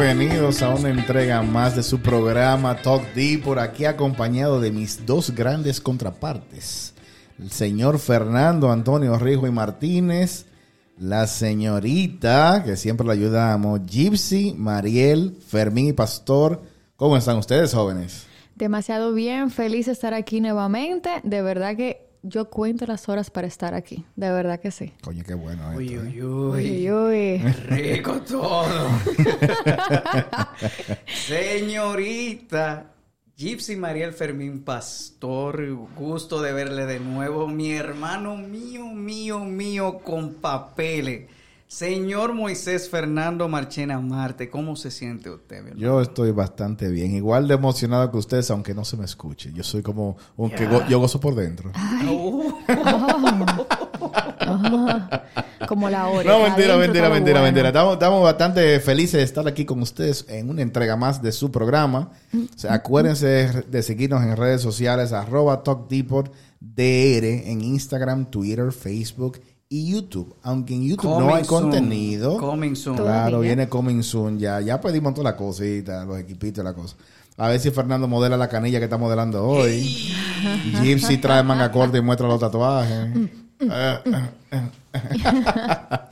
a una entrega más de su programa Talk D por aquí acompañado de mis dos grandes contrapartes, el señor Fernando Antonio Rijo y Martínez, la señorita que siempre la ayudamos, Gypsy, Mariel, Fermín y Pastor. ¿Cómo están ustedes, jóvenes? Demasiado bien, feliz de estar aquí nuevamente. De verdad que yo cuento las horas para estar aquí. De verdad que sí. Coño, qué bueno. esto, Uy, ¿eh? uy, Uy, uy. uy. Rico todo. Señorita Gypsy Mariel Fermín Pastor, gusto de verle de nuevo. Mi hermano mío, mío, mío, con papeles. Señor Moisés Fernando Marchena Marte, ¿cómo se siente usted? mi hermano? Yo estoy bastante bien, igual de emocionado que ustedes, aunque no se me escuche. Yo soy como un que go- yo gozo por dentro. Uh, Ajá. Como la hora. No, mentira, Adentro todo mentira, mentira, bueno. mentira. Estamos, estamos bastante felices de estar aquí con ustedes en una entrega más de su programa. Mm. O sea, acuérdense de, de seguirnos en redes sociales, arroba TalkDepot DR en Instagram, Twitter, Facebook y YouTube. Aunque en YouTube no coming hay soon, contenido. Coming soon. Todo. Todavía. Claro, viene coming soon ya. Ya pedimos todas las cositas, los equipitos, la cosa. A ver si Fernando modela la canilla que está modelando hoy. Gypsy trae manga corta y muestra los tatuajes. Mm,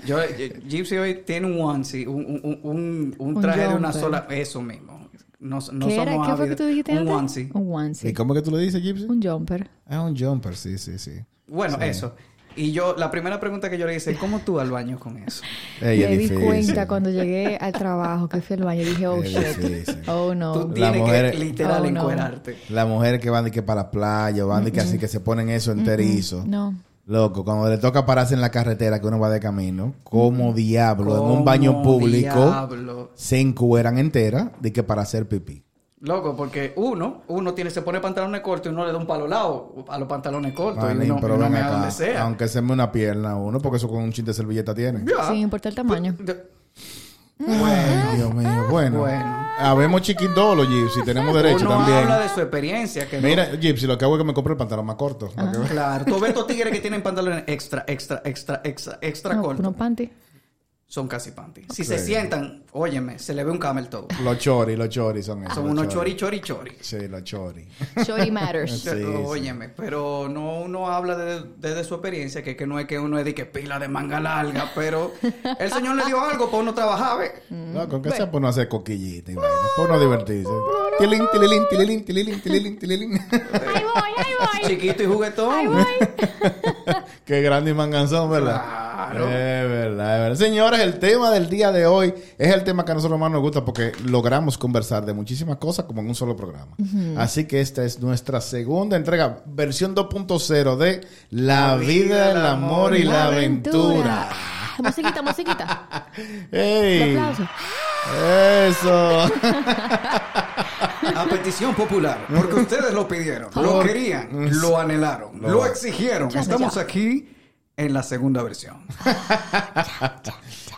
Yo, yo- Gypsy hoy tiene un onesie, un, un, un, un Un traje de una jumper. sola, eso mismo. No, no ¿Qué, era? somos ¿Qué fue que ávidos. tú dijiste Un antes? onesie. Un ¿Y onesie. cómo es que tú le dices, Gypsy? Un jumper. Ah, un jumper, sí, sí, sí. Bueno, eso. Y yo, la primera pregunta que yo le hice, ¿cómo tú al baño con eso? Ey, Me es di difícil. cuenta cuando llegué al trabajo que fui al baño y dije, oh Es shit. difícil. Oh Tú no. tienes mujer- que literal Oh, no. encuerarte. La mujer que van de que para la playa, van de que así que se ponen eso enterizo. No. Loco, cuando le toca pararse en la carretera que uno va de camino, como diablo, en un ¿Cómo baño público, diablo? se encueran entera de que para hacer pipí. Loco, porque uno, uno tiene, se pone pantalones cortos y uno le da un palo al lado a los pantalones cortos Manín, y uno, pero y uno ven mea acá, donde sea. aunque se me una pierna a uno, porque eso con un chin de servilleta tiene. Ya. Pues, Sin importar el tamaño. De- Ay, Dios mío, bueno. Bueno. Habemos chiquitolo, Gypsy, tenemos derecho uno también. habla de su experiencia. Que no- Mira, Gypsy, lo que hago es que me compro el pantalón más corto. Lo que- claro, tú ves estos tigres que tienen pantalones extra, extra, extra, extra, extra No, cortos. no panty. Son casi panty. Si Ok. se sientan, óyeme, se le ve un camel todo. Los chori, los chori son esos. Son los unos chori, chori, chori. Sí, los chori. Shorty matters. Sí, sí. Óyeme, pero no uno habla de- desde su experiencia, que, que no es que uno es de que pila de manga larga, pero el señor le dio algo para uno trabajar, ¿ves? No, con que sea por no hacer coquillita y vaina. Por no divertirse. Tilín, tililín, tililín, tililín, tililín, tililín. Ahí voy, ahí voy. Chiquito y Ahí juguetón. voy. Qué grande y manganzón, ¿verdad? Claro. Es verdad, es verdad. Señores, el tema del día de hoy es el tema que a nosotros más nos gusta porque logramos conversar de muchísimas cosas como en un solo programa. Así que esta es nuestra segunda entrega, versión 2.0 de La, La vida, vida, el el amor amor y la aventura. Musiquita, musiquita. ¡Ey! aplauso. Eso. A petición popular, porque ustedes lo pidieron, lo querían, lo anhelaron, lo exigieron. Ya, Estamos ya. aquí en la segunda versión.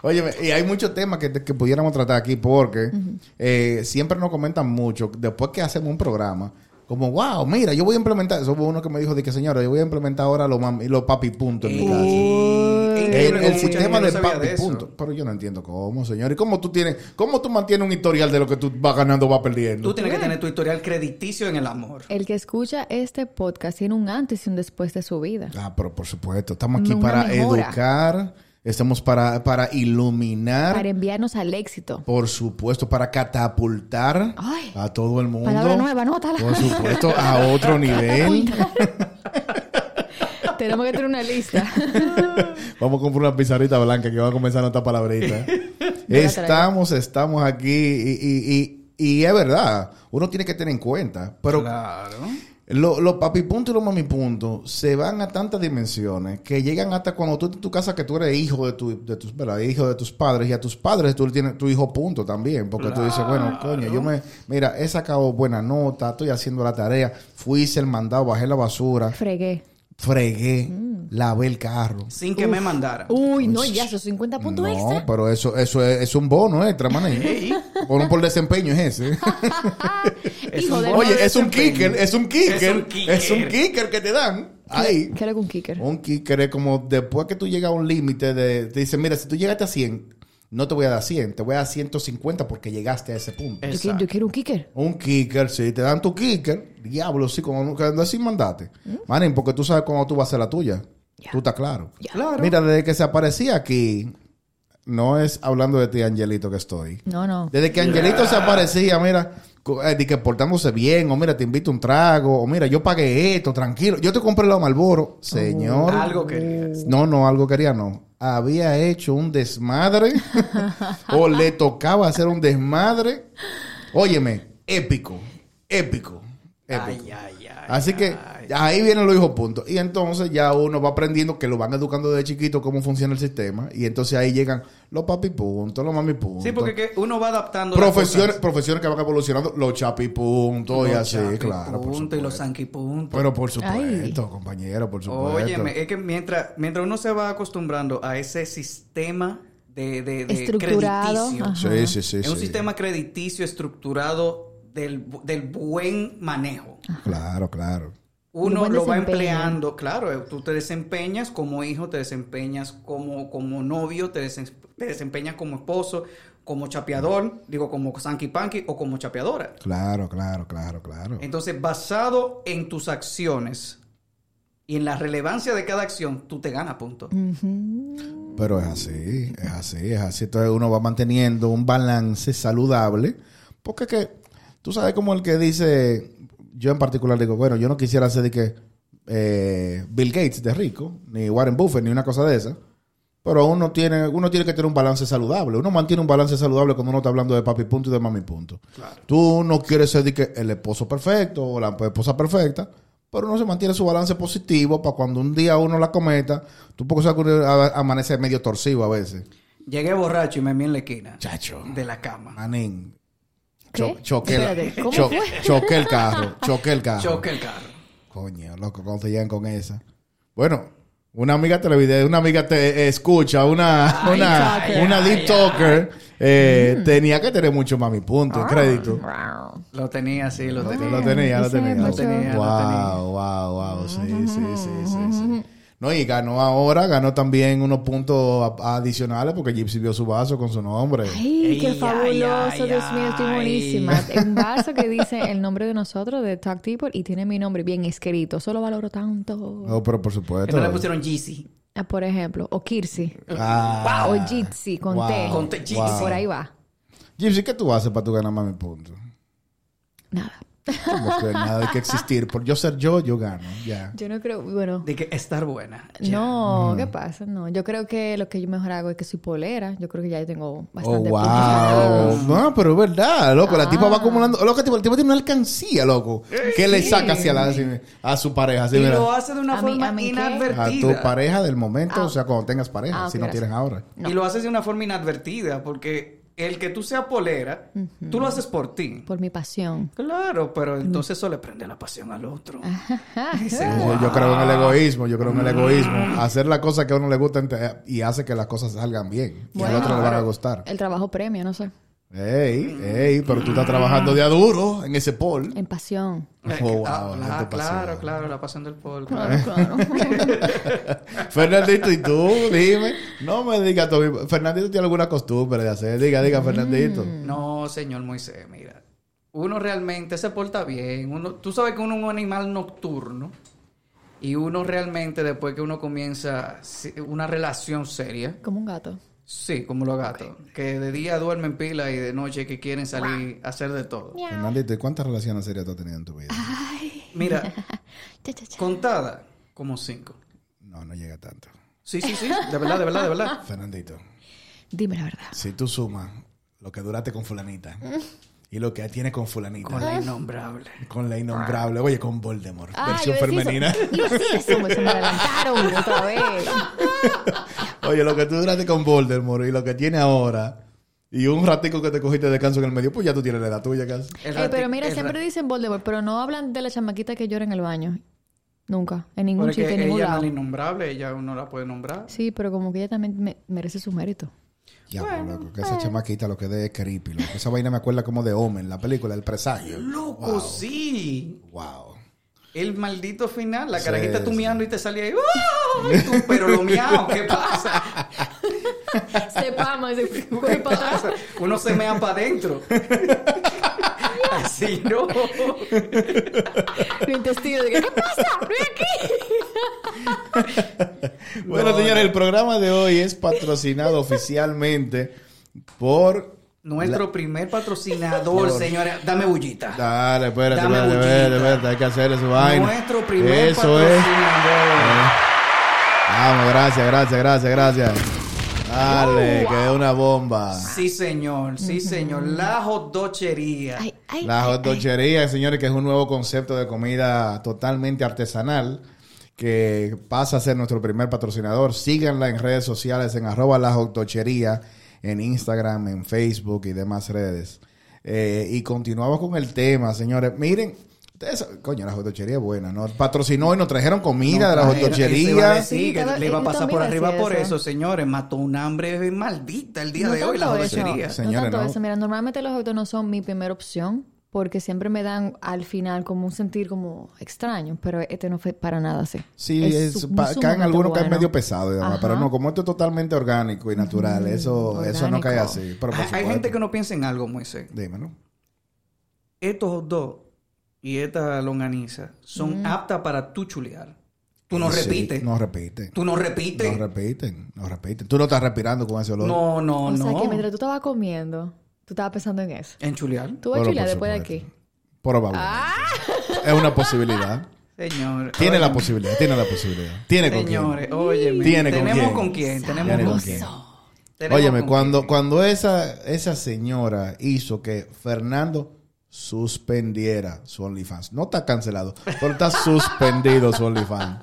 Oye, y hay muchos temas que, que pudiéramos tratar aquí porque eh, siempre nos comentan mucho, después que hacemos un programa, como, wow, mira, yo voy a implementar, eso fue uno que me dijo, de que señora, yo voy a implementar ahora los, mami- los papi punto en mi casa. Ey, El, increíble, el como mucha sistema gente no de sabía papi eso. punto. Pero yo no entiendo cómo, señor. ¿Y cómo tú tienes, cómo tú mantienes un historial de lo que tú vas ganando o vas Tú perdiendo? tienes que tener tu historial crediticio en el amor. El que escucha este podcast tiene un antes y un después de su vida. Ah, pero por supuesto, estamos aquí Una para mejora. educar, estamos para, para iluminar. Para em- enviarnos al éxito. Por supuesto, para catapultar Ay. a todo el mundo. Palabra nueva, anótala. Por supuesto, a otro nivel. Tenemos que tener una lista. Vamos a comprar una pizarrita blanca que va a comenzar a notar palabritas. estamos, estamos aquí y, y- y- y es verdad. Uno tiene que tener en cuenta. Pero Claro. lo- los papipuntos y los mamipuntos se van a tantas dimensiones que llegan hasta cuando tú estás en tu casa que tú eres hijo de, tu- de tus ¿verdad? hijo de tus padres y a tus padres tú le tienes tu hijo punto también porque tú dices bueno coño yo me mira he sacado buena nota estoy haciendo la tarea fui hice el mandado bajé la basura Fregué. fregué Mm. lavé el carro Sin que me mandaran. Uy, no, ya, esos 50 puntos no, extra. pero eso, eso es, es un bono extra, mané. Por un por desempeño es ese. Es Hijo un de bono. Oye, es un desempeño. kicker, es un kicker. Es un kicker. es un kicker que te dan. Ahí. ¿Qué era Oh, con Kicker? Un kicker es como después que tú llegas a un límite de... Te dicen, mira, si tú llegaste a 100, no te voy a dar 100, te voy a dar 150 porque llegaste a ese punto. Yo, qui- yo quiero un kicker. Un kicker, si te dan tu kicker, diablo, sí, como nunca andas sin mandate. Manen, porque tú sabes cómo tú vas a hacer la tuya. Ya. Tú estás claro. Ya. Claro. Mira, desde que se aparecía aquí, no es hablando de ti, Angelito, que estoy. No, no. Desde que Angelito se aparecía, mira, co- eh, de que portándose bien, o mira, te invito un trago, o mira, yo pagué esto, tranquilo. Yo te compré los Malboro, señor. Oh. Algo querías. No, no, algo quería no. Había hecho un desmadre o le tocaba hacer un desmadre. Óyeme, épico, épico, épico. Ay, ay, ay. Así que ay. ahí vienen los hijos puntos. Y entonces ya uno va aprendiendo que lo van educando de chiquito cómo funciona el sistema. Y entonces ahí llegan los papi puntos, los mami puntos. Sí, porque que uno va adaptando. las profesiones, cosas. profesiones que van evolucionando, los chapi puntos y Los así, chapi Oh, claro. por punto y los supuesto. sanqui punto. Pero por Ay. supuesto, compañero, por supuesto. Óyeme, es que mientras, mientras uno se va acostumbrando a ese sistema de, de, de Estructurado, crediticio, ajá. Sí, sí, sí. es un sí. sistema crediticio estructurado del, bu- del buen manejo. Claro, claro. Del Uno buen lo va desempeño. empleando, claro, eh, tú te desempeñas como hijo, te desempeñas como, como novio, te, desem- te desempeñas como esposo, como chapeador, digo como sanky panky o como chapeadora. Claro, claro, claro, claro. Entonces, basado en tus acciones y en la relevancia de cada acción, tú te ganas puntos. Ujú. Pero es así, es así, es así. Entonces uno va manteniendo un balance saludable. Porque es que, tú sabes como el que dice, yo en particular digo, bueno, yo no quisiera ser de que eh, Bill Gates de rico, ni Warren Buffett, ni una cosa de esa. Pero uno tiene, uno tiene que tener un balance saludable. Uno mantiene un balance saludable cuando uno está hablando de papi punto y de mami punto. Tú no quieres ser de que el esposo perfecto o la esposa perfecta, pero uno se mantiene su balance positivo para cuando un día uno la cometa. Tú poco sabes que uno a- amanece medio torcido a veces. Llegué borracho y me vi en la esquina Chacho. de la cama. Manín. ¿Qué? Cho- choqué, la- Espérate, ¿cómo cho- fue? choqué el carro. Choqué el carro. Choque el carro. Coño, loco, ¿cómo te llegan con esa? Bueno, una amiga televidente, una amiga te eh, escucha, una, Ay, una, talker. una deep talker, eh, tenía que tener mucho mami punto, Ah. y crédito. Lo tenía, sí, lo Lo, tenía. lo tenía, lo Ese tenía. macho. Lo tenía, lo tenía. Wow, wow, wow, sí, sí, sí, sí, sí. No, y ganó ahora, ganó también unos puntos a- adicionales porque Gypsy vio su vaso con su nombre. Ay, qué Ey, ay, fabuloso, ay, Dios mío, estoy ay. buenísima. Un vaso que dice el nombre de nosotros, de Talk People, y tiene mi nombre bien escrito. Solo valoro tanto. Oh, pero por Que supuesto. no le pusieron Yeezy. Ah, Por ejemplo, o Kirsi, Ah. o Jitsi, con Wow. T. Con T, Jitsi. Y Por ahí va. Gypsy, ¿qué tú haces para tú ganar mami punto? Nada. Como que nada hay que existir. Por yo ser yo, yo gano. Ya. Yo no creo, bueno. De que estar buena. No, ¿qué pasa? No, yo creo que lo que yo mejor hago es que soy polera. Yo creo que ya yo tengo Oh, bastante puntos Ah. ganados. wow. No, pero es verdad, loco. La tipa va acumulando. Loco, tipo, el tipo tiene una alcancía, loco. Que le saca hacia la, así, a su pareja. Así, Eh, Y mira. lo hace de una A mí- forma a mí, ¿qué? A tu inadvertida. pareja del momento, o sea, cuando tengas pareja, Ah, si ok, no gracias. tienes ahora. Y lo haces de una forma inadvertida, porque el que tú seas polera, tú lo haces por ti. Por Mm. mi pasión. Claro, pero entonces eso le prende la pasión al otro. Sí, yo, yo creo en el egoísmo, yo creo en el egoísmo. Hacer las cosas que a uno le gustan te- y hace que las cosas salgan bien. Y al Bueno. otro le van a gustar. El trabajo premia, no sé. Ey, ey, pero tú estás trabajando de a duro en ese pol. En pasión. Oh, Eh, wow, ah, la ah, gente claro, pasiva. claro, la pasión del polvo. claro. Fernandito, ¿y tú? Dime. No me digas, Toby. Fernandito tiene alguna costumbre de hacer. Diga, diga, Fernandito. Mm. No, señor Moisés, mira. Uno realmente se porta bien. Uno, tú sabes que uno es un animal nocturno. Y uno realmente, después que uno comienza si- una relación seria, Como un gato. sí, como los gatos, que de día duermen pila y de noche que quieren salir a hacer de todo. Fernandito, ¿y cuántas relaciones serias tú has tenido en tu vida? Mira, Cha, cha, cha. contada, como cinco. No, no llega tanto. Sí, sí, sí, de verdad, de verdad, de verdad. Fernandito, Dime la verdad. si tú sumas lo que duraste con fulanita y lo que tienes con fulanita. Con la innombrable. Con la innombrable, oye, con Voldemort, versión Ah, yo decía, femenina. eso- Yo sí que sumo, se me adelantaron otra vez. Eh, Oye, lo que tú duraste con Voldemort y lo que tiene ahora, y un ratico que te cogiste de descanso en el medio, pues ya tú tienes la edad tuya casi. Eh, El pero rati- mira, el siempre ra- dicen Voldemort, pero no hablan de la chamaquita que llora en el baño. Nunca. En ningún Porque chiste, en ningún ella no es lado. la innombrable, ella uno la puede nombrar. Sí, pero como que ella también me- merece su mérito. Ya, pues, loco, que esa chamaquita lo que de es creepy, loco. Esa vaina me acuerda como de Omen, la película, el presagio. Loco, Wow, sí. wow. El maldito final, la Sí, carajita tú sí. miando y te salía ahí. ¡Ah! Y tú, pero lo miau, ¿qué pasa? se pama y se fue para atrás. Uno se mea para adentro. Así no. Mi intestino. Dije, ¿Qué pasa? Ven aquí. Bueno, No, señores, el programa de hoy es patrocinado oficialmente por. Nuestro primer patrocinador, señores. Dame bullita. Dale, espérate, Dame espérate, bullita. espérate, espérate, hay que hacer esa vaina. Nuestro primer Eso es. patrocinador. Vamos, gracias, gracias, gracias, gracias. Dale, que es una bomba. Sí, señor. Sí, señor. La dochería. Ay, ay, La ay, hot ay. dochería, señores, que es un nuevo concepto de comida totalmente artesanal que pasa a ser nuestro primer patrocinador. Síganla en redes sociales en arroba la hot dochería, en Instagram, en Facebook y demás redes. Eh, y continuamos con el tema, señores. Miren, ustedes saben- coño, la hot dochería es buena, ¿no? Patrocinó y nos trajeron comida de la hot dochería. decir. Sí, que estaba- le iba a él pasar por también arriba decía por eso. eso, señores. Mató un hambre maldita el día No de hoy la tanto eso. jodería. Sí. Señores, no tanto no. eso. Mira, normalmente los autos no son mi primera opción porque siempre me dan al final como un sentir como extraño, pero este no fue para nada así. Sí, Es es, su- pa- caen sumamente algunos que es bueno. medio pesado, y demás, Ajá. pero no, como esto es totalmente orgánico y natural, eso, eso no cae orgánico. así. Pero por Hay- Hay supuesto. gente que no piensa en algo, Moisés. Dime, ¿no? Estos dos y esta longaniza Mm. son aptas para tú chulear. Tú no Sí, repites. No repite. Tú no repites. No repiten, no repiten. Tú no estás respirando con ese olor. No, no, O no. sea que mientras tú estabas comiendo, tú estabas pensando en eso. En chulear. Tú vas a Pero chulear por después de aquí. supuesto. Ah. Probablemente. Es una posibilidad. Señor. Tiene la óyeme, posibilidad, tiene la posibilidad. Tiene con quién. Señores, óyeme. Tiene con Tenemos quién. con quién. Tenemos Tiene con con quién. quién. Tenemos Óyeme, con cuando, quién. cuando esa, esa señora hizo que Fernando suspendiera su OnlyFans. No está cancelado, pero está suspendido su OnlyFans.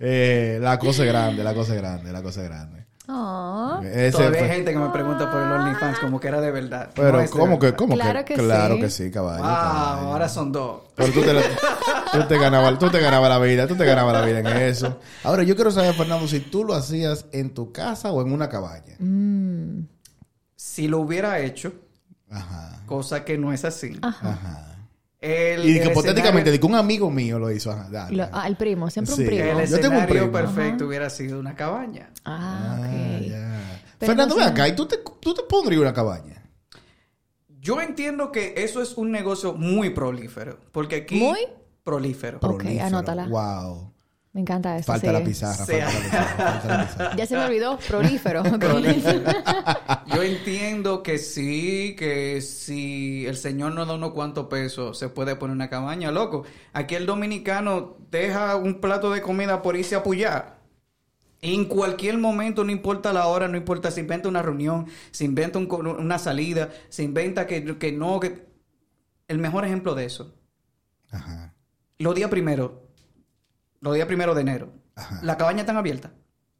Eh, la cosa es grande, la cosa es grande, la cosa es grande. Ah. Ese Todavía fue- hay gente que me pregunta por el OnlyFans como que era de verdad. No pero es de ¿cómo que? verdad. ¿Cómo Claro que? que claro sí. que sí, caballo. Ah, caballo. ahora son dos. Pero tú te, la- tú te ganabas, tú te ganabas la vida, tú te ganabas la vida en eso. Ahora, yo quiero saber, Fernando, si tú lo hacías en tu casa o en una cabaña. mm. Si lo hubiera hecho, Ajá. cosa que no es así. Ah. Ajá. El, Y el que hipotéticamente, escenario- digo, un amigo mío lo hizo. Ajá, dale. Lo- ah, el primo, siempre Sí. un primo. digo, el yo tengo un escenario primo. perfecto hubiera sido una cabaña. Ah, Ah, ok. ya. Pero Fernando, no ven sé. acá, ¿y tú te, tú te pondrías una cabaña? Yo entiendo que eso es un negocio muy prolífero. Porque aquí. Muy prolífero. Ok, anótala. Wow. Me encanta eso. Falta sí. la pizarra, Sí. falta la pizarra, falta la pizarra. Ya se me olvidó, prolífero. ok. Yo entiendo que sí, que si el señor no da unos cuantos pesos, se puede poner una cabaña, loco. Aquí el dominicano deja un plato de comida por irse a puyar. En cualquier momento, no importa la hora, no importa si inventa una reunión, si inventa un co- una salida, se inventa que, que no, que... El mejor ejemplo de eso, Ajá. los días primero, los días primero de enero, Ajá. la cabaña está abierta,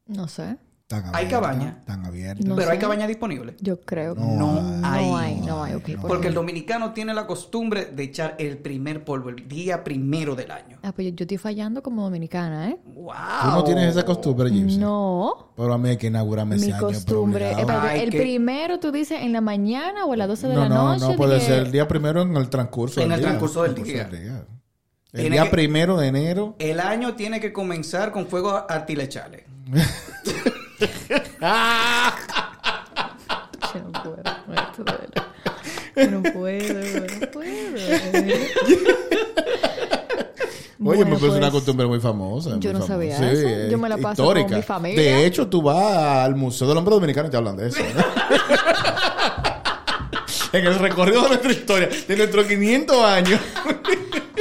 No sé. Tan Hay abierta, cabaña. Tan abierta. No pero hay sé. cabaña disponible. Yo creo que No hay. No hay, no hay. ok, No por Porque el favor. dominicano tiene la costumbre de echar el primer polvo, el día primero del año. Ah, pues yo, yo estoy fallando como dominicana, ¿eh? ¡Wow! Tú no tienes esa costumbre, Gibson. No. Pero a mí hay que inaugurarme ese Mi año. pero costumbre. obligado. Eh, espérate, Ay, el que- primero tú dices en la mañana o a las 12 de no, la no, noche. no puede dije, ser el día primero en el transcurso En del el día. transcurso del día. El Tiene día que- primero de enero. El año tiene que comenzar con fuego artilechales. Ah. "Che, No puedo. esto duele. No puedo, no puedo. Oye, Bueno, me parece una pues, costumbre muy famosa. yo no muy famosa. sabía Sí, eso. Yo me la es paso histórica. con mi familia. De hecho, tú vas al Museo del Hombre Dominicano y te hablan de eso. ¿no? en el recorrido de nuestra historia, de nuestros 500 años.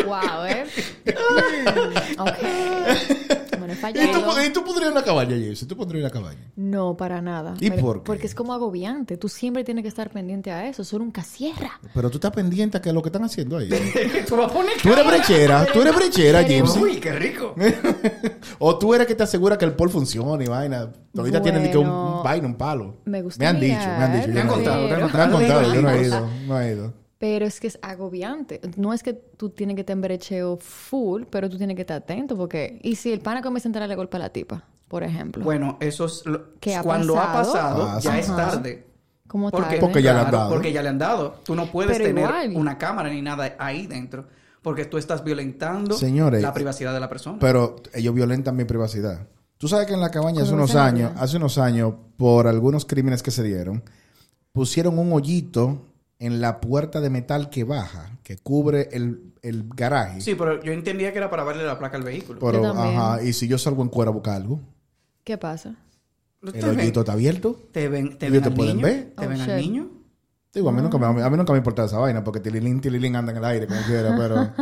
Wow, ¿eh? ok. Bueno, he y, tú, fallado. pod- y tú podrías una cabaña, Jason. Tú podrías una cabaña. No, para nada. ¿Y Me- por qué? Porque es como agobiante. Tú siempre tienes que estar pendiente a eso. Eso nunca cierra. Pero tú estás pendiente a que lo que están haciendo ahí. Tú vas a poner Tú eres brechera, tú eres brechera, cara. James. ¡Uy, qué rico! o tú eres que te asegura que el pol funcione y vaina. Ahorita tienen de que un, Bueno, un vaina, un palo. me gusta Me han mirar, dicho, me han dicho. yo Te han no he contado, ido. te han Me han contado. contado, yo no he Amigos. ido, no he ido. Pero es que es agobiante. No es que tú tienes que estar en brecheo full, pero tú tienes que estar atento porque... ¿Y si el pana comienza a entrarle golpe a la tipa, por ejemplo? Bueno, eso es lo- ¿Qué ha cuando ha pasado? pasado, ya Pasa. es tarde. ¿Cómo Porque, tarde? Porque ya le han claro, dado. porque ya le han dado. Tú no puedes Pero tener igual. una cámara ni nada ahí dentro. Porque tú estás violentando Señores, la privacidad de la persona. Pero ellos violentan mi privacidad. Tú sabes que en la cabaña hace Cuando unos se años, abría. hace unos años, por algunos crímenes que se dieron, pusieron un hoyito en la puerta de metal que baja, que cubre el, el garaje. Sí, pero yo entendía que era para verle la placa al vehículo. Pero, Yo también. ajá, y si yo salgo en cuero a buscar algo, ¿Qué pasa? el ¿Te ven, hoyito está abierto. te ven, te Ellos ven te al pueden niño? ver. ¿Te Oh, ven al shit. niño? Digo, a mí, nunca me, a mí nunca me importa esa vaina, porque tililín, tililín anda en el aire como quiera, pero...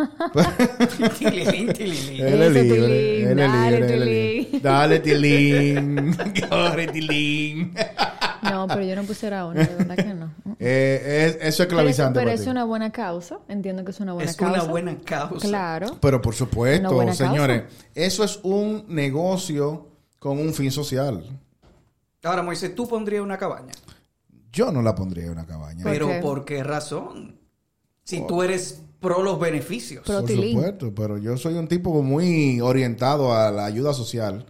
Tililín, tililín. Él es Eso, libre, Tilín, él es dale, libre, él es Tilín. libre. Dale, Tilín. Corre, Tilín. No, pero yo no pusiera una, de verdad que no. Eh, es- eso es Pero, eso- clavizante pero para es ti. una buena causa. Entiendo que es una buena Es causa. una buena causa. Claro. Pero por Una supuesto, buena señores, eso es un negocio con un fin social. Ahora, Moisés, tú pondrías una cabaña. Yo no la pondría en una cabaña. Pues, Pero qué? ¿por qué razón? Si tú eres pro los beneficios. Pero- por Tilín. supuesto, pero yo soy un tipo muy orientado a la ayuda social.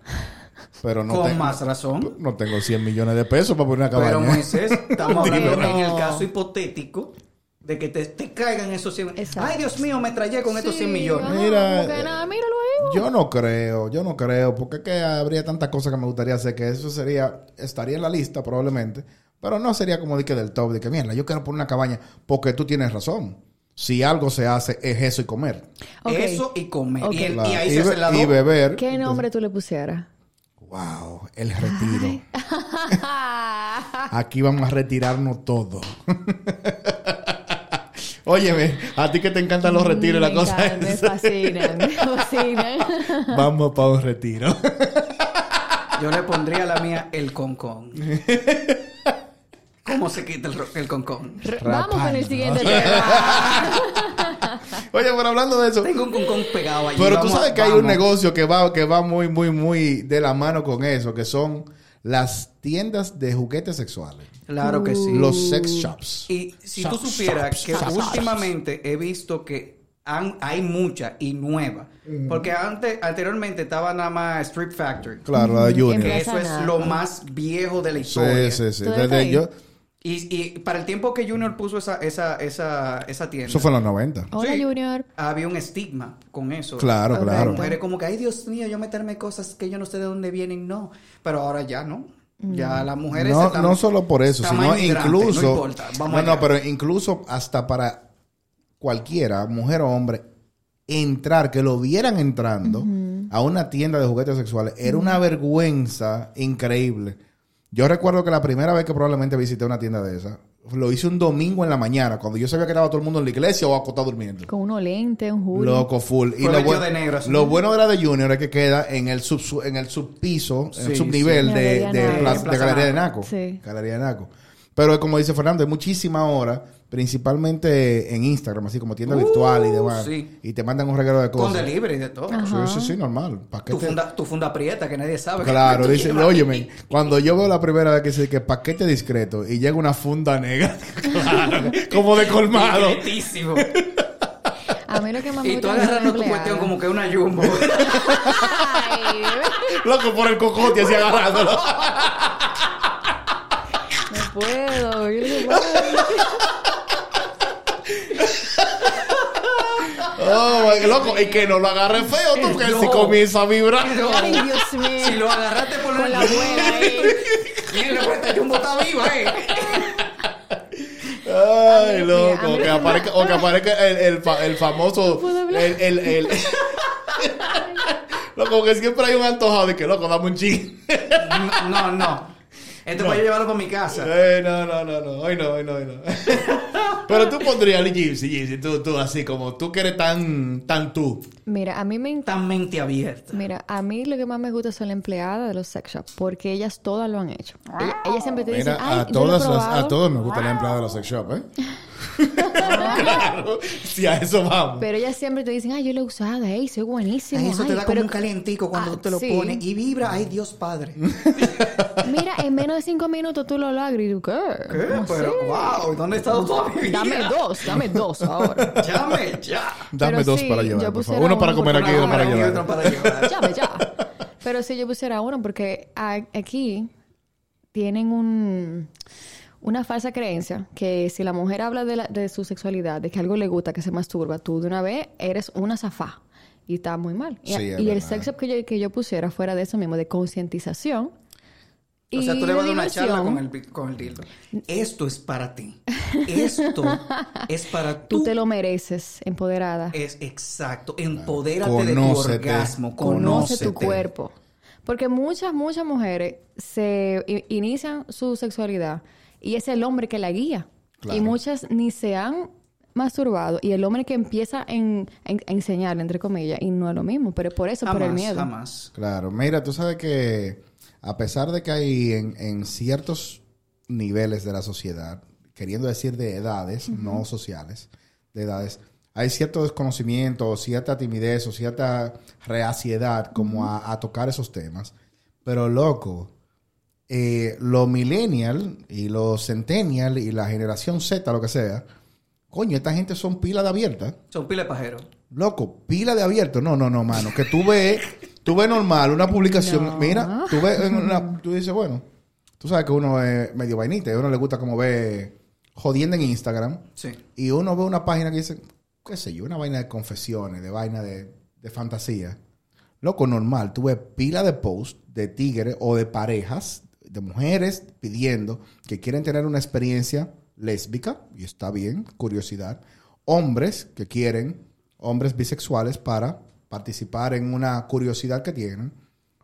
Pero no, con tengo, más razón. no tengo 100 millones de pesos para poner una Pero cabaña. Moisés, estamos hablando Digo, en el no. caso hipotético de que te, te caigan esos 100 millones. Exacto. Ay, Dios mío, me trayé con estos Sí, 100 millones. ajá, Mira, como que nada, míralo ahí. Yo no creo, yo no creo, porque es que habría tantas cosas que me gustaría hacer que eso sería, estaría en la lista probablemente, pero no sería como de que del top, de que mierda, yo quiero poner una cabaña, porque tú tienes razón. Si algo se hace es eso y comer. ah, Ok. Eso y comer. Ok. Y, el- y Claro. ahí y, se hace be- la y dos. beber. ¿Qué nombre tú le pusieras? Wow, el retiro. ah. Aquí vamos a retirarnos todo. Óyeme, a ti que te encantan los retiros y la Me cosa encantan, Me es, fascinan, me fascinan. vamos para un retiro. Yo le pondría a la mía el concón. ¿Cómo se quita el, ro- el concón? Vamos con el Rapando. siguiente tema. Oye, pero hablando de eso, Tengo un concón pegado ahí. Pero tú Vamos- sabes que hay un vamos. negocio que va, que va muy, muy, muy de la mano con eso, que son las tiendas de juguetes sexuales. Claro que sí. Los sex shops. Y si tú Shops, supieras shops, que shops, últimamente he visto que han- hay muchas y nuevas. Porque antes, anteriormente estaba nada más Strip Factory. Claro, la de Que Junior. Empieza eso es nada. lo más viejo de la Sí, historia. sí, sí. ¿Todavía está Desde ahí? yo, Y, y para el tiempo que Junior puso esa, esa, esa, esa tienda, eso fue en los 90. Hola, Sí. Junior. había un estigma con eso. Claro, Correcto. claro. Mujeres como que, ay Dios mío, yo meterme cosas que yo no sé de dónde vienen, no. Pero ahora ya no. Ya las mujeres... No, están- no solo por eso, tamaño sino hidrante, incluso. No importa, no, vamos no, allá. pero incluso hasta para cualquiera, mujer o hombre, entrar, que lo vieran entrando a una tienda de juguetes sexuales, era una vergüenza increíble. Yo recuerdo que la primera vez que probablemente visité una tienda de esa, lo hice un domingo en la mañana, cuando yo sabía que estaba todo el mundo en la iglesia o acostado durmiendo. Con unos lentes, un hoodie. Loco, full. Y Fue lo, vestido buen- de negro, así. lo bueno de la de Junior es que queda en el, sub, en el subpiso, en el Sí, subnivel sí. de, Galería de Naco. Plaza- de De Plaza Galería de Naco. Naco. Sí. Galería de Naco. Pero como dice Fernando, hay muchísima hora, principalmente en Instagram, así como tienda virtual y demás. Uh, sí. Y te mandan un regalo de Con cosas. delivery y de todo. Ajá. Sí, sí, sí, normal. Tu Paquete. funda, tu funda prieta que nadie sabe. Claro, que dice, lleva. óyeme, cuando yo veo la primera vez que dice que paquete discreto y llega una funda negra, claro, como de colmado. Discretísimo. A mí lo que más me Y tú gusta es agarrando tu empleada. cuestión como que una jumbo. Ay, Loco por el cocote así agarrándolo. no puedo. Yo digo, "Ay". Oh, my- loco, y que no lo agarre feo, tú, que No. si comienza a vibrar. No. Ay, Dios mío. Si lo agarraste por Con la abuela ahí. Mira, pues, esta jumbo está viva, eh. A Ay, mí, mira, a loco, mí que no me- aparezca, o que aparezca el, el, fa- el famoso. puedo el, hablar. el, el- loco, que siempre hay un antojado de que, loco, dame un ching. No, no. Esto voy a llevarlo para mi casa. Eh, no, no, no, no, hoy no, hoy no, hoy no. Pero tú pondrías el Gypsy, Gypsy, tú, tú, así como tú que eres tan, tan tú. Mira, a mí me encanta. Tan mente abierta. Mira, a mí lo que más me gusta son las empleadas de los sex shops, porque ellas todas lo han hecho. Ellas, ellas siempre te dicen, Mira, ay, a yo lo he todas las- probado". a todos me gusta la empleada de los sex shops, ¿eh? claro, si a eso vamos. Pero ellas siempre te dicen, ay, yo lo he usado, ey, soy buenísimo. Ay, eso te ay, da pero- como un calientico cuando Ah, tú te lo sí. pones y vibra. Ay, Dios Padre. Mira, en menos de cinco minutos tú lo logras y tú, ¿qué? ¿Cómo Pero, wow, ¿dónde ha estado toda mi así? vida? Dame dos, dame dos ahora. Llame ya. Dame Pero dos sí, para yo llevar, por favor. pusiera Uno para uno comer porque aquí y no uno para hago Y llevar. otro para llevar. Llame ya. Pero si yo pusiera uno, porque a- aquí tienen un, una falsa creencia que si la mujer habla de, la- de su sexualidad, de que algo le gusta, que se masturba, tú de una vez eres una zafá. y está muy mal. Y, Sí, es y el verdad. sex shop que yo, que yo pusiera fuera de eso mismo, de concientización. O sea, y tú le vas a de dar una charla diversión. con el, bi- con el dildo. Esto es para ti. Esto es para Tú tú. te lo mereces, empoderada. Es exacto. Empodérate de tu Conócete. orgasmo. Conoce Conócete. tu cuerpo. Porque muchas, muchas mujeres se i- inician su sexualidad y es el hombre que la guía. Claro. Y muchas ni se han masturbado y el hombre que empieza en, en- a enseñar, entre comillas, y no es lo mismo, pero es por eso, Jamás, por el miedo. jamás. Claro, mira, tú sabes que a pesar de que hay en, en ciertos niveles de la sociedad, queriendo decir de edades, no sociales, de edades, hay cierto desconocimiento, o cierta timidez o cierta reaciedad como a, a tocar esos temas. Pero loco, eh, los millennial y los centennial y la generación Z, lo que sea, coño, esta gente son pila de abierta. Son pile pajero. Loco, pila de abierto. No, no, no, mano. Que tú ves, tú ves normal una publicación. No. Mira, tú ves en una, tú dices, bueno, tú sabes que uno es medio vainita y a uno le gusta como ve jodiendo en Instagram. Sí. Y uno ve una página que dice, qué sé yo, una vaina de confesiones, de vaina de, de fantasía. Loco, normal. Tú ves pila de posts de tigres o de parejas, de mujeres pidiendo que quieren tener una experiencia lésbica, y está bien, curiosidad. Hombres que quieren, hombres bisexuales para participar en una curiosidad que tienen.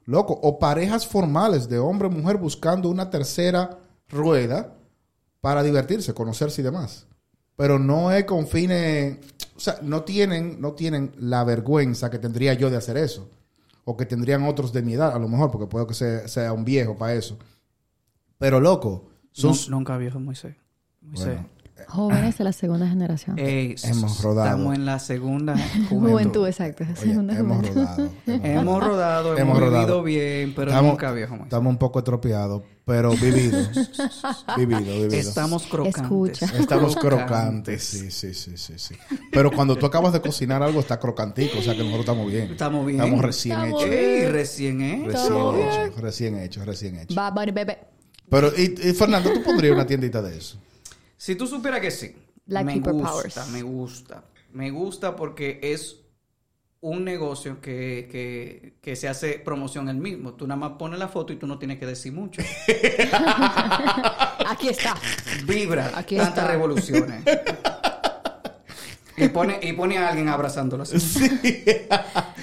Loco, o parejas formales de hombre y mujer buscando una tercera rueda para divertirse, conocerse y demás. Pero no es con fines, o sea, no tienen, no tienen la vergüenza que tendría yo de hacer eso. O que tendrían otros de mi edad, a lo mejor, porque puedo que sea, sea un viejo para eso. Pero loco, son... Nun- Nunca viejo Moisés. Moisés. Bueno, Jóvenes de la segunda generación. Ey, Hemos rodado. Estamos en la segunda juventud. Eh, juventud. exacto. oye, segunda hemos juventud. rodado. hemos Hemos rodado, hemos, Hemos rodado. vivido bien, pero Estamos- nunca viejo Moisés. Estamos un poco atropeados, pero vividos. vividos, vividos. Estamos crocantes. Escucha. Estamos crocantes, sí, sí, sí, sí, sí. Pero cuando tú acabas de cocinar algo está crocantico, o sea que nosotros estamos bien. Estamos bien. Estamos recién Estamos hechos. Ey, recién, ¿eh? Recién Estamos hechos, recién hechos, recién hechos. Bad Bunny, bebé. Pero, y, y, Fernando, ¿tú pondrías una tiendita de eso? Si tú supieras que sí. Black me People gusta, Powers. me gusta. Me gusta porque es un negocio que, que, que se hace promoción el mismo. Tú nada más pones la foto y tú no tienes que decir mucho. Aquí está. Vibra Aquí tantas está. revoluciones. y, pone, y pone a alguien abrazándolo así. Ustedes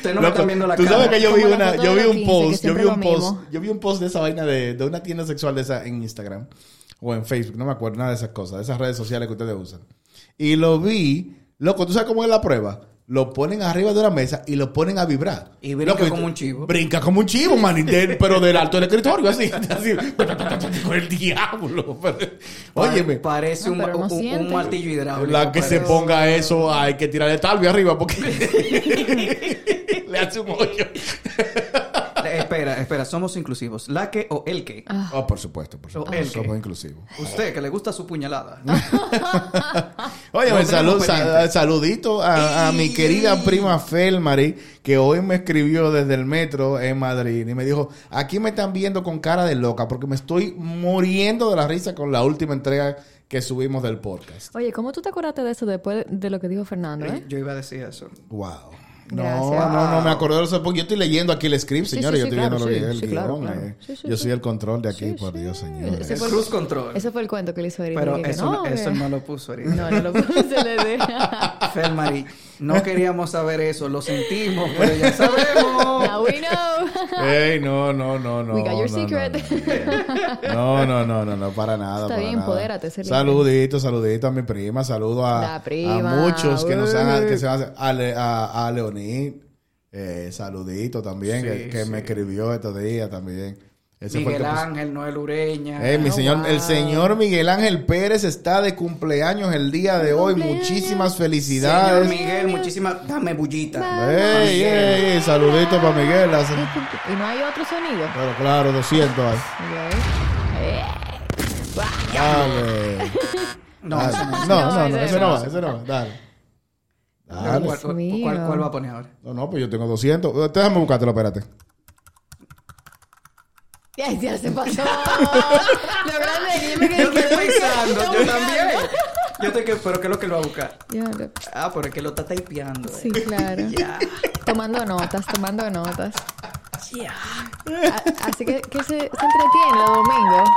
no me Loco, están viendo la tú cara. sabes que yo vi Como la una, foto yo de vi los un 15, que post, yo vi siempre lo un post, mismo. yo vi un post de esa vaina de, de una tienda sexual de esa en Instagram o en Facebook, no me acuerdo nada de esas cosas, de esas redes sociales que ustedes usan. Y lo vi, loco, ¿tú sabes cómo es la prueba? Lo ponen arriba de una mesa y lo ponen a vibrar. Y brinca Loco, como un chivo. Brinca como un chivo, man, y del- pero del alto del escritorio, así, así, con el diablo. Pa- Óyeme, Parece No, un, pero no un- un siente. martillo hidráulico. la que se parece. ponga eso, hay que tirarle talvio arriba porque le hace un hoyo. Eh, Espera, espera, somos inclusivos. La que o el que. Ah. Oh, por supuesto, por supuesto. el Somos que- inclusivos. Usted que le gusta su puñalada. Ah. Oye, No me tenemos Pues salud, sa- pendiente. saludito a, a mi querida prima Felmary, que hoy me escribió desde el metro en Madrid y me dijo, aquí me están viendo con cara de loca porque me estoy muriendo de la risa con la última entrega que subimos del podcast. Oye, ¿cómo tú te acordaste de eso después de lo que dijo Fernando? eh? Yo iba a decir eso. Wow. No, Gracias. no, no, me acordé de eso porque yo estoy leyendo aquí el script, Sí, señor, sí, yo sí, estoy claro, viendo lo sí, que es sí, el claro, guión. claro. eh. Sí, sí, yo sí. soy el control de aquí, Sí, por sí. Dios, señor. Eh. Ese El fue- cruz control. Ese fue el cuento que le hizo Erika. Pero que eso, no, no, eso que- no lo puso ahorita. No, no lo puse, le dejé. Felmary, no queríamos saber eso, lo sentimos, pero ya sabemos. Now we know. Ey, no, no, no, no. We got your no, secret. No, no, no, no, no, no, para nada. Está para bien, nada. empodérate, ser libre. Saludito, saludito a mi prima, saludo La a, prima, a muchos que nos han, uy. que se van a, a, Le- a, a Leonid, eh, saludito también, Sí, que, que sí. me escribió estos días también. Ese fue el Miguel que puso- Ángel, Noel Ureña. Eh, mi Oh, señor, wow. el señor Miguel Ángel Pérez está de cumpleaños el día de hoy. Cumpleaños. Muchísimas Señor felicidades. Miguel, muchísimas. Dame bullita. Ey, ey, ey, saludito para Miguel. Hace- Y no hay otro sonido. Claro, claro, 200. ahí. Dale. No, Dale. eso no, no, no. No, no, ese ese no no. va, ese no va. Dale. ¿Cuál, Dale. cuál- mío. cuál- cuál va a poner ahora? No, no, pues yo tengo 200. Eh, Déjame buscártelo, espérate. Ay, ya se pasó. lo grande es que yo me quedé Yo estoy pensando, pensando, yo también. Yo estoy que, pero ¿qué es lo que lo va a buscar? Ya, lo- Ah, pero es que lo está typeando. eh. Sí, claro. Ya. Tomando notas, tomando notas. A- Así que, que se, se entretiene los domingos.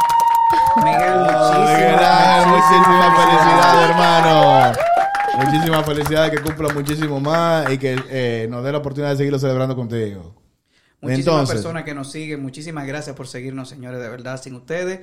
Miguel, Ah, Miguel Ángel, muchísimas muchísimas, muchísimas felicidades. felicidades, hermano. Muchísimas felicidades, que cumpla muchísimo más y que eh, nos dé la oportunidad de seguirlo celebrando contigo. Muchísimas Entonces. personas que nos siguen, muchísimas gracias por seguirnos, señores, de verdad, sin ustedes.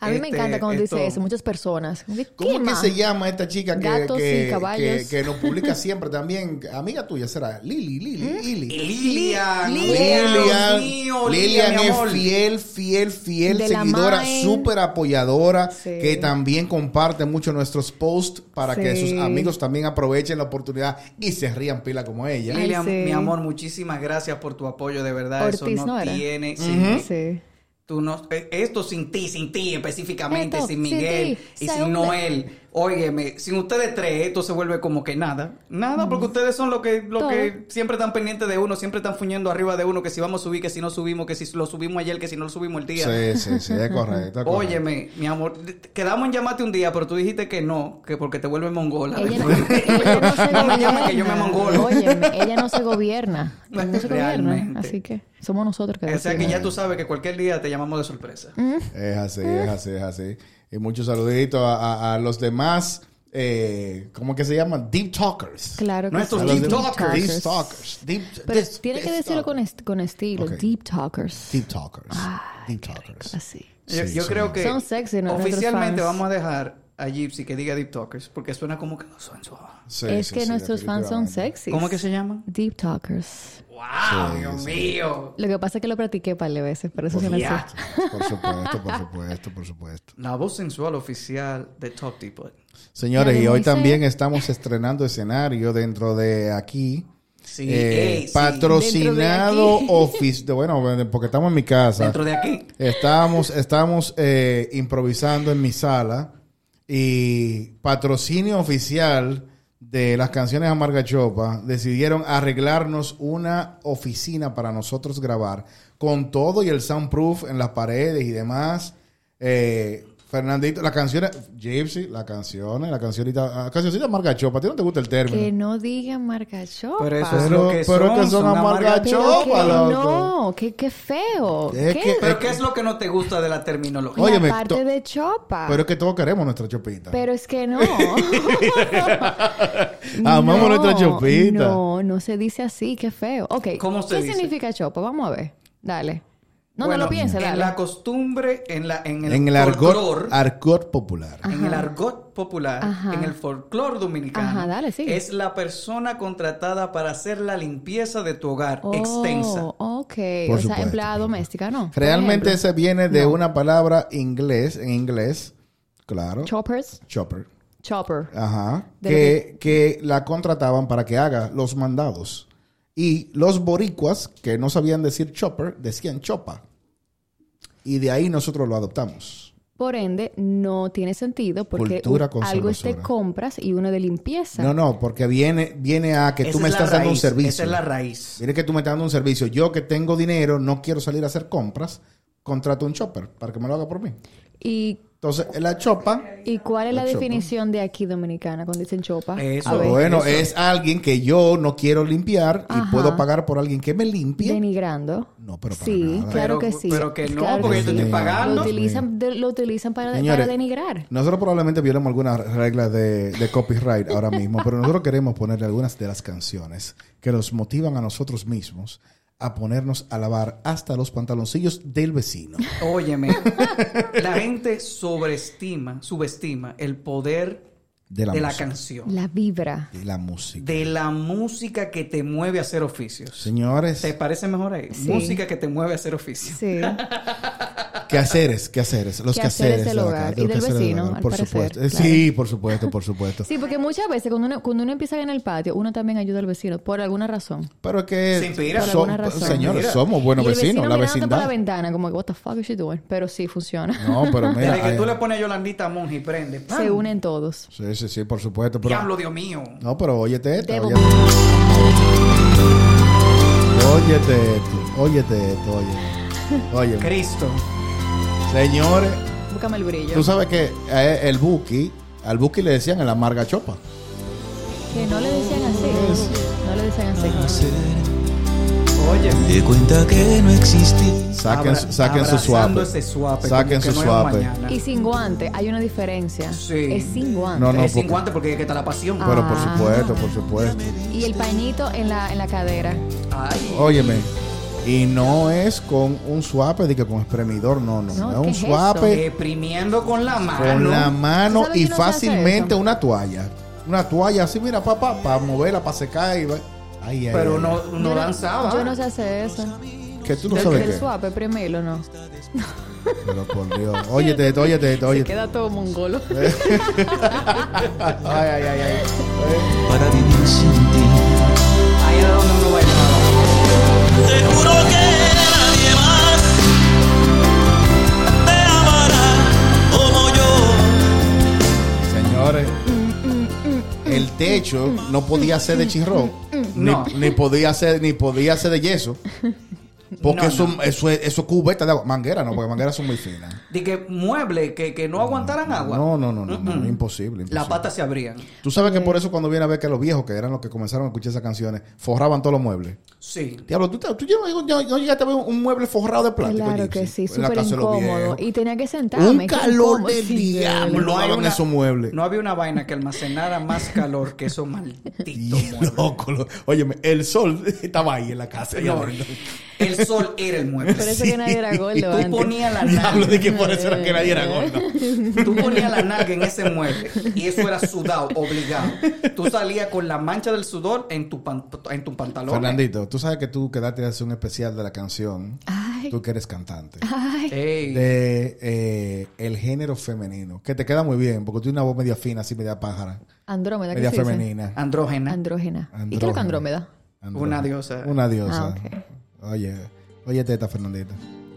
A mí me este, encanta cuando esto- dice eso, muchas personas. ¿Qué ¿Cómo es que más? se llama esta chica que, Gatos y que- caballos. que- que nos publica siempre también? Amiga tuya será Lili, Lili, ¿Mm? Y Lili. Lilian, Lilian, Lilian, Lilian, mío, Lilian, Lilian mi es amor. fiel, fiel, fiel De la seguidora, Main. súper apoyadora, Sí. que también comparte mucho nuestros posts para que Sí. sus amigos también aprovechen la oportunidad y se rían pila como ella. Ay, Lilian, sí. mi amor, muchísimas gracias por tu apoyo, de verdad. Ortiz, eso no, ¿no era? tiene. sí. Sí. Tú no- eh, esto sin ti, sin ti específicamente, Esto, sin sin Miguel ti, y se sin hunde. Noel. Óyeme, sin ustedes tres, esto se vuelve como que nada. Nada, porque ustedes son los que, lo Todo. que siempre están pendientes de uno, siempre están fuñendo arriba de uno, que si vamos a subir, que si no subimos, que si lo subimos ayer, que si no lo subimos el día. Sí, sí, sí, es correcto. es correcto. Óyeme, mi amor, quedamos en llamarte un día, pero tú dijiste que no, que porque te vuelve mongola. Ella no, ella no se No me llames gobierna. que yo me mongolo. Óyeme, ella no se gobierna. Ella No se gobierna. Realmente. Así que somos nosotros que o sea que decimos. ya tú sabes que cualquier día te llamamos de sorpresa. Mm. Es así, es así, es así. Y muchos saluditos a, a- a los demás, eh, ¿cómo que se llaman? Deep Talkers. Claro que Nuestros A sí. los deep demás- talkers. Deep Talkers. Deep, Pero deep- tiene que deep decirlo con, talkers. est- con estilo. Ok. Deep talkers. Deep Talkers. Ah, Deep Talkers. Así. Yo, Sí, yo sí. creo que Son sexy, ¿no? Nuestros oficialmente fans. vamos a dejar a Gypsy que diga Deep Talkers porque suena como que no son suaves. Sí, es sí, que sí, nuestros fans son definitivamente. sexy. ¿Cómo que se llama? Deep talkers. ¡Wow! ¡Dios sí. mío! Lo que pasa es que lo practiqué para par de veces, por eso Por se me hace. Ya. Por supuesto, por supuesto, por supuesto. La voz sensual oficial de Top Tipo. Señores, La de y hoy Moisés. también estamos estrenando escenario dentro de aquí. Sí, Eh, ey, sí. patrocinado Dentro de aquí. oficio. Bueno, porque estamos en mi casa. Dentro de aquí. Estábamos, estábamos eh, improvisando en mi sala y patrocinio oficial de las canciones Amarga Chopa decidieron arreglarnos una oficina para nosotros grabar con todo y el soundproof en las paredes y demás. Eh, Fernandito, las canciones, Gypsy, las canciones, la cancionita, la cancioncita Amarga Chopa, ¿a ti no te gusta el término? Que no digan marca chopa. Pero eso es Pero- lo que pero son. que son amargas amargas- Pero chopa, que loco. no, que, que feo. Es ¿Qué? que- eh, Pero ¿qué es lo que no te gusta de la terminología? Oye, La Óyeme, to- parte de chopa. Pero es que todos queremos nuestra chopita. Pero es que no. Amamos nuestra chopita. No, no se dice así, qué feo. Ok, ¿Cómo se ¿qué dice? significa chopa? Vamos a ver. Dale. No, Bueno, no lo pienses, dale. En la costumbre, en, la, en el, en el argot, ah. folclor, argot popular. en el argot popular, Ajá. en el folclor dominicano, Ajá, dale, sigue. es la persona contratada para hacer la limpieza de tu hogar Oh, extensa. Ok, Por o sea, supuesto. empleada doméstica, ¿no? Por Realmente ejemplo. se viene de una palabra inglés, en inglés, claro. Choppers, chopper. chopper. Ajá. De Que, que la contrataban para que haga los mandados. Y los boricuas, que no sabían decir chopper, decían chopa. Y de ahí nosotros lo adoptamos. Por ende, no tiene sentido porque Cultura u- con algo es de sabrosura. compras y uno de limpieza. No, no, porque viene, viene a que Esa tú me es la estás dando un raíz, servicio. Esa es la raíz. Mire que tú me estás dando un servicio. Yo que tengo dinero, no quiero salir a hacer compras, contrato un chopper para que me lo haga por mí. ¿Y, Entonces, la chopa ¿Y cuál es la, La chopa. definición de aquí dominicana cuando dicen chopa? Eso. A ver. Bueno, eso. es alguien que yo no quiero limpiar y Ajá. puedo pagar por alguien que me limpie. Denigrando. No, pero para sí, nada. claro Pero- que sí. pero que no, Claro porque que yo te sí. estoy pagando. Lo utilizan, de- lo utilizan para, Señores, para denigrar. Nosotros probablemente violemos algunas reglas de, de copyright ahora mismo, pero nosotros queremos ponerle algunas de las canciones que nos motivan a nosotros mismos a ponernos a lavar hasta los pantaloncillos del vecino. Óyeme, la gente sobreestima, subestima el poder De la, de la música. canción, La vibra. de la música. de la música que te mueve a hacer oficios. Señores, ¿Te parece mejor ahí? Sí. Música que te mueve a hacer oficios. Sí. quehaceres, quehaceres, los Quehaceres quehaceres, del la- hogar los y del quehaceres vecino, hogar, al por parecer, supuesto. Eh, claro. Sí, por supuesto, por supuesto. Sí, porque muchas veces cuando uno, cuando uno empieza en el patio, uno también ayuda al vecino por alguna razón. Pero es que, Se inspira. Por son- alguna razón. señores, Mira. somos buenos y el vecinos, vecino pues la mirándote por la vecindad. ventana, como que, what the fuck is she doing? Pero sí, funciona. No, pero mira. Desde que hay- tú le pones a Yolandita Monge y prende. ¡pam! Se unen todos. eh, Sí, sí, sí, por supuesto. Pero, Diablo, Dios mío. no, pero óyete esto. Debo- Óyete, óyete esto. Óyete esto, óyete. Óyeme. Cristo. Señores, Búscame el brillo. tú sabes que eh, el Buki, al Buki le decían el amarga chopa. Que no le decían así. No le decían así. Oye, De cuenta que no existí. Saquen, Abra- saquen su swap. abrazando ese suape, Saquen como su que no hay swap. mañana. Y sin guante, hay una diferencia. Sí. Es sin guante. No, no. es sin porque- guante porque es que está la pasión. Ah. Pero por supuesto, por supuesto. Y el pañito en la, en la cadera. Ah. Ay, Óyeme. Y no es con un suape, de que con espremidor, no, no. No, es un ¿qué es eso? suape deprimiendo con la mano. con la ¿Tú mano sabes y que no se hace fácilmente eso? una toalla. Una toalla así, mira, papá, para moverla, para secar y va. Ay, ay, Pero ay. no, no Yo danzaba. Yo no sé hacer eso. Que tú no del- sabes El qué. suape, primero, ¿no? Pero por Dios. Óyete, esto, óyete, esto, Se óyete. queda todo mongolo. Ay, ay, ay, ay. Para vivir sin ti. Ahí era donde uno bailaba. Te juro que nadie más te amará como yo. Señores, el techo no podía ser de chirro, No. ni, ni podía ser ni podía ser de yeso, porque No, eso, no. eso es- eso es cubeta de agua, manguera no, porque mangueras son muy finas. De que muebles que, que no aguantaran agua. No, no, no, no, no, Mm-mm. imposible. imposible. Las patas se abrían. Tú sabes que Eh. por eso cuando viene a ver que los viejos que eran los que comenzaron a escuchar esas canciones forraban todos los muebles. Sí. Diablo, tú, te- tú ya no, no- no llegaste a ver un, un mueble forrado de plástico. Claro Gypsy? que sí, En la súper casa de los incómodo. viejos. Y tenía que sentarme. Un qué calor incómodo. del Sí, diablo hay daban una- esos muebles. No había una vaina que almacenara más calor que esos malditos Y muebles. loco, lo- óyeme, el sol estaba ahí en la casa. allá No, adentro. el sol era el mueble. Por eso que nadie era Y gordo tú antes. ponías la Diablo, nalga, de que por eso era que nadie era gordo. tú ponías la nalga en ese mueble y eso era sudado, obligado. Tú salías con la mancha del sudor en tu, pan- en tu pantalón. eh. Fernandito, tú sabes que tú quedaste a hacer un especial de la canción. Ay. Tú que eres cantante. Ay, Ey, De eh, el género femenino. Que te queda muy bien, porque tú tienes una voz media fina, así media pájara. andrómeda, ¿qué Media se dice? femenina. andrógena. Andrógena. ¿Y qué es lo que andrómeda? Andrógena. Una diosa. Una diosa. Ah, Oye, oye teta, Fernandita.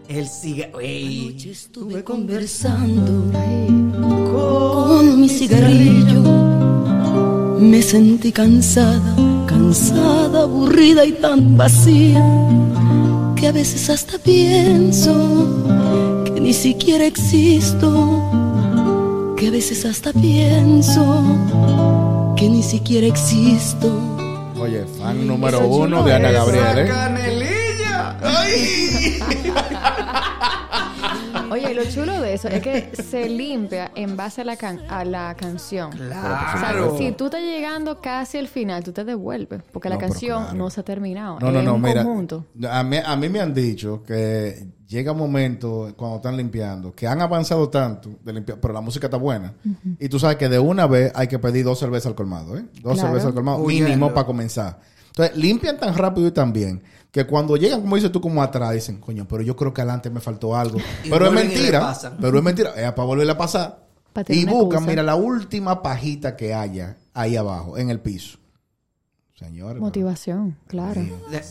El cigarro. Ey. Estuve conversando Ay, con mi cigarrillo. Me sentí cansada, cansada, aburrida y tan vacía que a veces hasta pienso que ni siquiera existo. Que a veces hasta pienso que ni siquiera existo. Oye, fan número uno de Ana Gabriel, ¿eh? Esa canelilla. Oye, y lo chulo de eso es que se limpia en base a la, can- a la canción. O sea, Claro. si tú estás llegando casi al final, tú te devuelves. Porque la No, pero canción claro. no se ha terminado. No, no, es no, un mira. conjunto. A mí, a mí me han dicho que llega un momento cuando están limpiando, que han avanzado tanto de limpiar, pero la música está buena. Y tú sabes que de una vez hay que pedir dos cervezas al colmado, ¿eh? Dos Claro. cervezas al colmado, Huyendo. mínimo para comenzar. Entonces, limpian tan rápido y tan bien que cuando llegan, como dices tú, como atrás, dicen, coño, pero yo creo que adelante me faltó algo. Y pero es vuelven y le mentira. pasan. Pero es mentira. Es para volverle a pasar. Pa' tener Y una buscan, excusa. mira, la última pajita que haya ahí abajo, en el piso. Señores. Motivación, claro. De-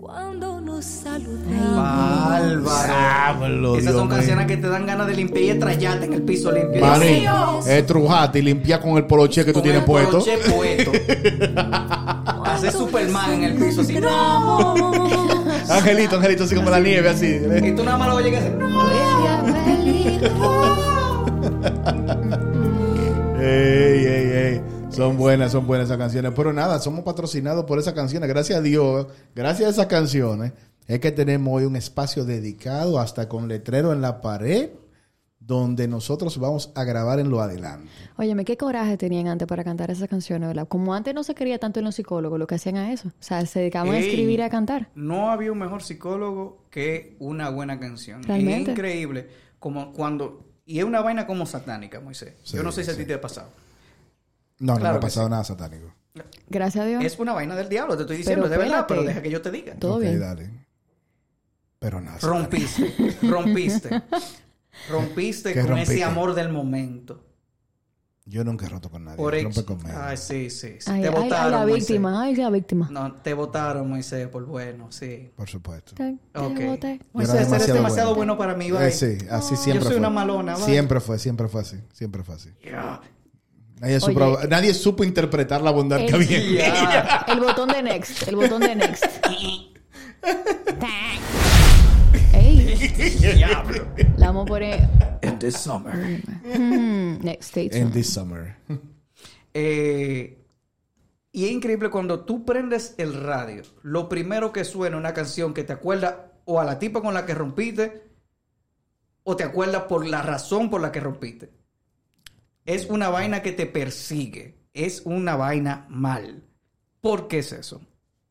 Cuando nos saludamos. Oh, Bárbaro. Esas son canciones que te dan ganas de limpiar y estrellarte en el piso limpio. Marín, estrujate y eh, limpia con el poloche que tú Con tienes el puesto. broche puesto. Hace Superman en el piso así. ¡No! Angelito, angelito, así como la nieve, así. Y tú nada más lo oyes y haces, ¡No! Ey, ey, ey. Son buenas, son buenas esas canciones. Pero nada, somos patrocinados por esas canciones. Gracias a Dios, gracias a esas canciones, es que tenemos hoy un espacio dedicado hasta con letrero en la pared donde nosotros vamos a grabar en lo adelante. Óyeme, qué coraje tenían antes para cantar esas canciones, ¿verdad? Como antes no se quería tanto en los psicólogos, lo que hacían a eso. O sea, se dedicaban a Ey. escribir y a cantar. No había un mejor psicólogo que una buena canción. Realmente. Es increíble. Como cuando. Y es una vaina como satánica, Moisés. Sí, Yo no sé si sí. a ti te ha pasado. No, no Claro me ha que pasado nada satánico. Gracias a Dios. Es una vaina del diablo, te estoy diciendo, Pero de verdad, espérate. pero deja que yo te diga. Todo Ok, bien. dale. Pero nada. satánico. Rompiste, rompiste. Rompiste ¿Qué con rompiste? ese amor del momento. Yo nunca he roto con nadie. Por rompe ex- Ah, conmigo. Ay, sí, sí. sí. Ay, te ay, ay, votaron. la Moisés. víctima, ay, la víctima. No, te votaron, Moisés, por bueno, sí. Por supuesto. Te- te Ok. boté. Moisés, Era eres demasiado, demasiado bueno. para mí, bye. Eh, sí, así siempre Yo soy fue. una malona, bye. Siempre fue, siempre fue así. Siempre fue así. Ya. Nadie, supo, Oye. nadie supo interpretar la bondad que El- había. en ella. Ya. El botón de next, el botón de next. Ey, Diablo. la vamos a poner In the summer. mm, next stage. In this summer. Eh, Y es increíble cuando tú prendes el radio, lo primero que suena una canción que te acuerda o a la tipa con la que rompiste, o te acuerdas por la razón por la que rompiste. Es una vaina que te persigue. Es una vaina mal. ¿Por qué es eso?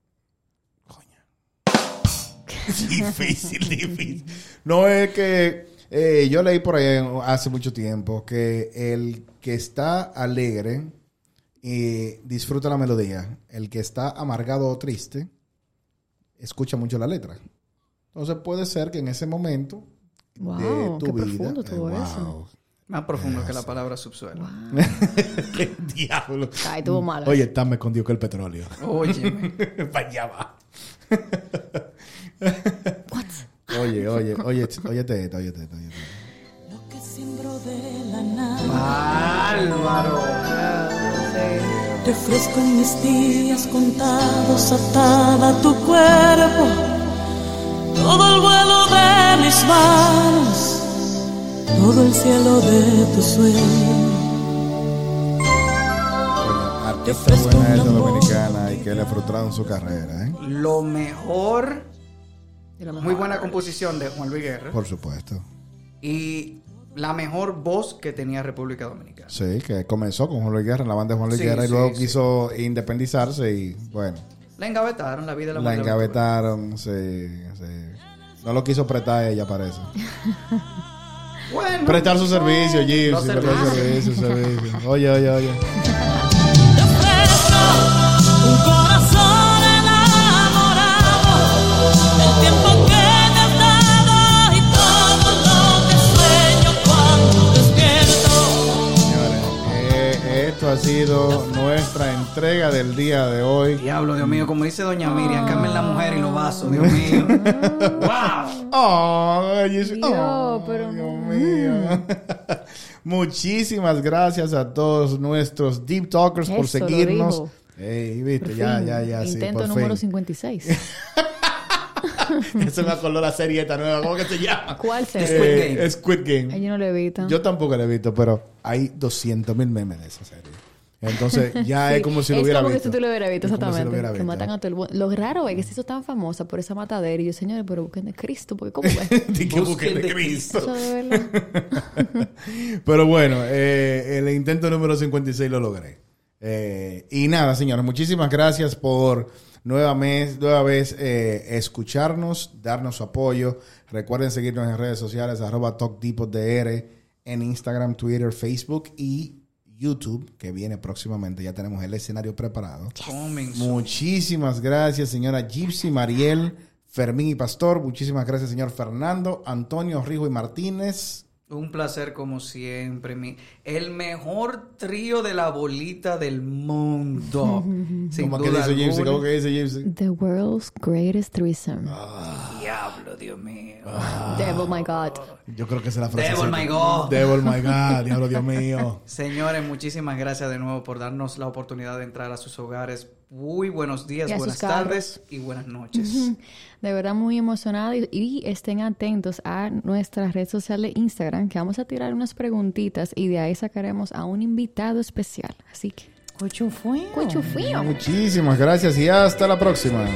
difícil, difícil. No es que eh, yo leí por ahí hace mucho tiempo que el que está alegre eh, disfruta la melodía. El que está amargado o triste escucha mucho la letra. Entonces puede ser que en ese momento Wow, de tu qué vida. eh, profundo todo eso. Más profundo que la palabra subsuelo. ¡Qué diablo! Ay, tuvo mala. Oye, está me escondió que el petróleo. Óyeme. Para allá va. Oye, oye, oye, óyete esto, óyete esto, óyete esto. Lo que siembro de la nada Álvaro. Refresco en mis días contados, atada a tu cuerpo. Todo el vuelo de mis manos, todo el cielo de tu sueño. Bueno, artista buena esta dominicana y que le frustraron su carrera, ¿eh? Lo mejor. De lo mejor. Muy buena composición de Juan Luis Guerra. Por supuesto. Y la mejor voz que tenía República Dominicana. Sí, que comenzó con Juan Luis Guerra, en la banda de Juan Luis Sí, Guerra, y sí, luego sí. quiso independizarse y, bueno, La engavetaron, la vida de la la mujer. engavetaron, sí, sí. No lo quiso prestar ella, parece. Bueno, Prestar su servicio, Jim. Los prestar su servicio, servicios. servicio. Oye, oye, oye. Te ofrezco un corazón enamorado, el tiempo que te has dado y todo lo que sueño cuando despierto. Señores, eh, esto ha sido nuestra entrega del día de hoy. diablo, Dios mío, como dice Doña Ah. Miriam, cambien la mujer y los vasos, Dios mío. ¡Wow! Oh, Jesús. Dios, Oh, pero- mm. Dios mío. Muchísimas gracias a todos nuestros Deep Talkers por Eso lo seguirnos. dijo. Ey, Por viste, ya, fin. ya, ya, sí, Intento por número fin. 56. Eso me acordó la serie esta nueva, ¿cómo que se llama? ¿Cuál será? Squid Eh, Game. Squid Game. Ay, yo no lo evita. Yo tampoco la he visto, pero hay 200 mil memes de esa serie. Entonces, ya es como si lo hubiera Es como visto. que si tú lo hubieras visto, Es como si lo exactamente. hubiera Que visto. matan a todo el mundo. Lo raro es que se hizo tan famosa por esa matadera. Y yo, señores, pero busquen de Cristo, porque ¿cómo es? Di que busquen Busquen de de Cristo. Eso de verdad. Pero bueno, eh, el intento número 56 lo logré. Eh, y nada, señores, muchísimas gracias por nuevamente, nueva vez eh, escucharnos, darnos su apoyo. Recuerden seguirnos en redes sociales, arroba TalkDepotDR, en Instagram, Twitter, Facebook y YouTube, que viene próximamente. Ya tenemos el escenario preparado. Comenzó. Muchísimas gracias, señora Gypsy, Mariel, Fermín y Pastor. Muchísimas gracias, señor Fernando, Antonio, Rijo y Martínez. Un placer como siempre, mi, el mejor trío de la bolita del mundo. Sin ¿Cómo que duda dice Gypsy? alguna. ¿Cómo que dice Gypsy? The world's greatest threesome. Diablo, Dios mío. Ah. Devil, my God. Yo creo que esa es la frase. Devil siempre. my God. Devil my God. Diablo, Dios mío. Señores, muchísimas gracias de nuevo por darnos la oportunidad de entrar a sus hogares. Muy buenos días, Y a sus buenas carros. tardes y buenas noches. De verdad muy emocionada y, y estén atentos a nuestra red social de Instagram que vamos a tirar unas preguntitas y de ahí sacaremos a un invitado Oh, especial. Así que... ¡Cocho fue! Muchísimas gracias y hasta la próxima.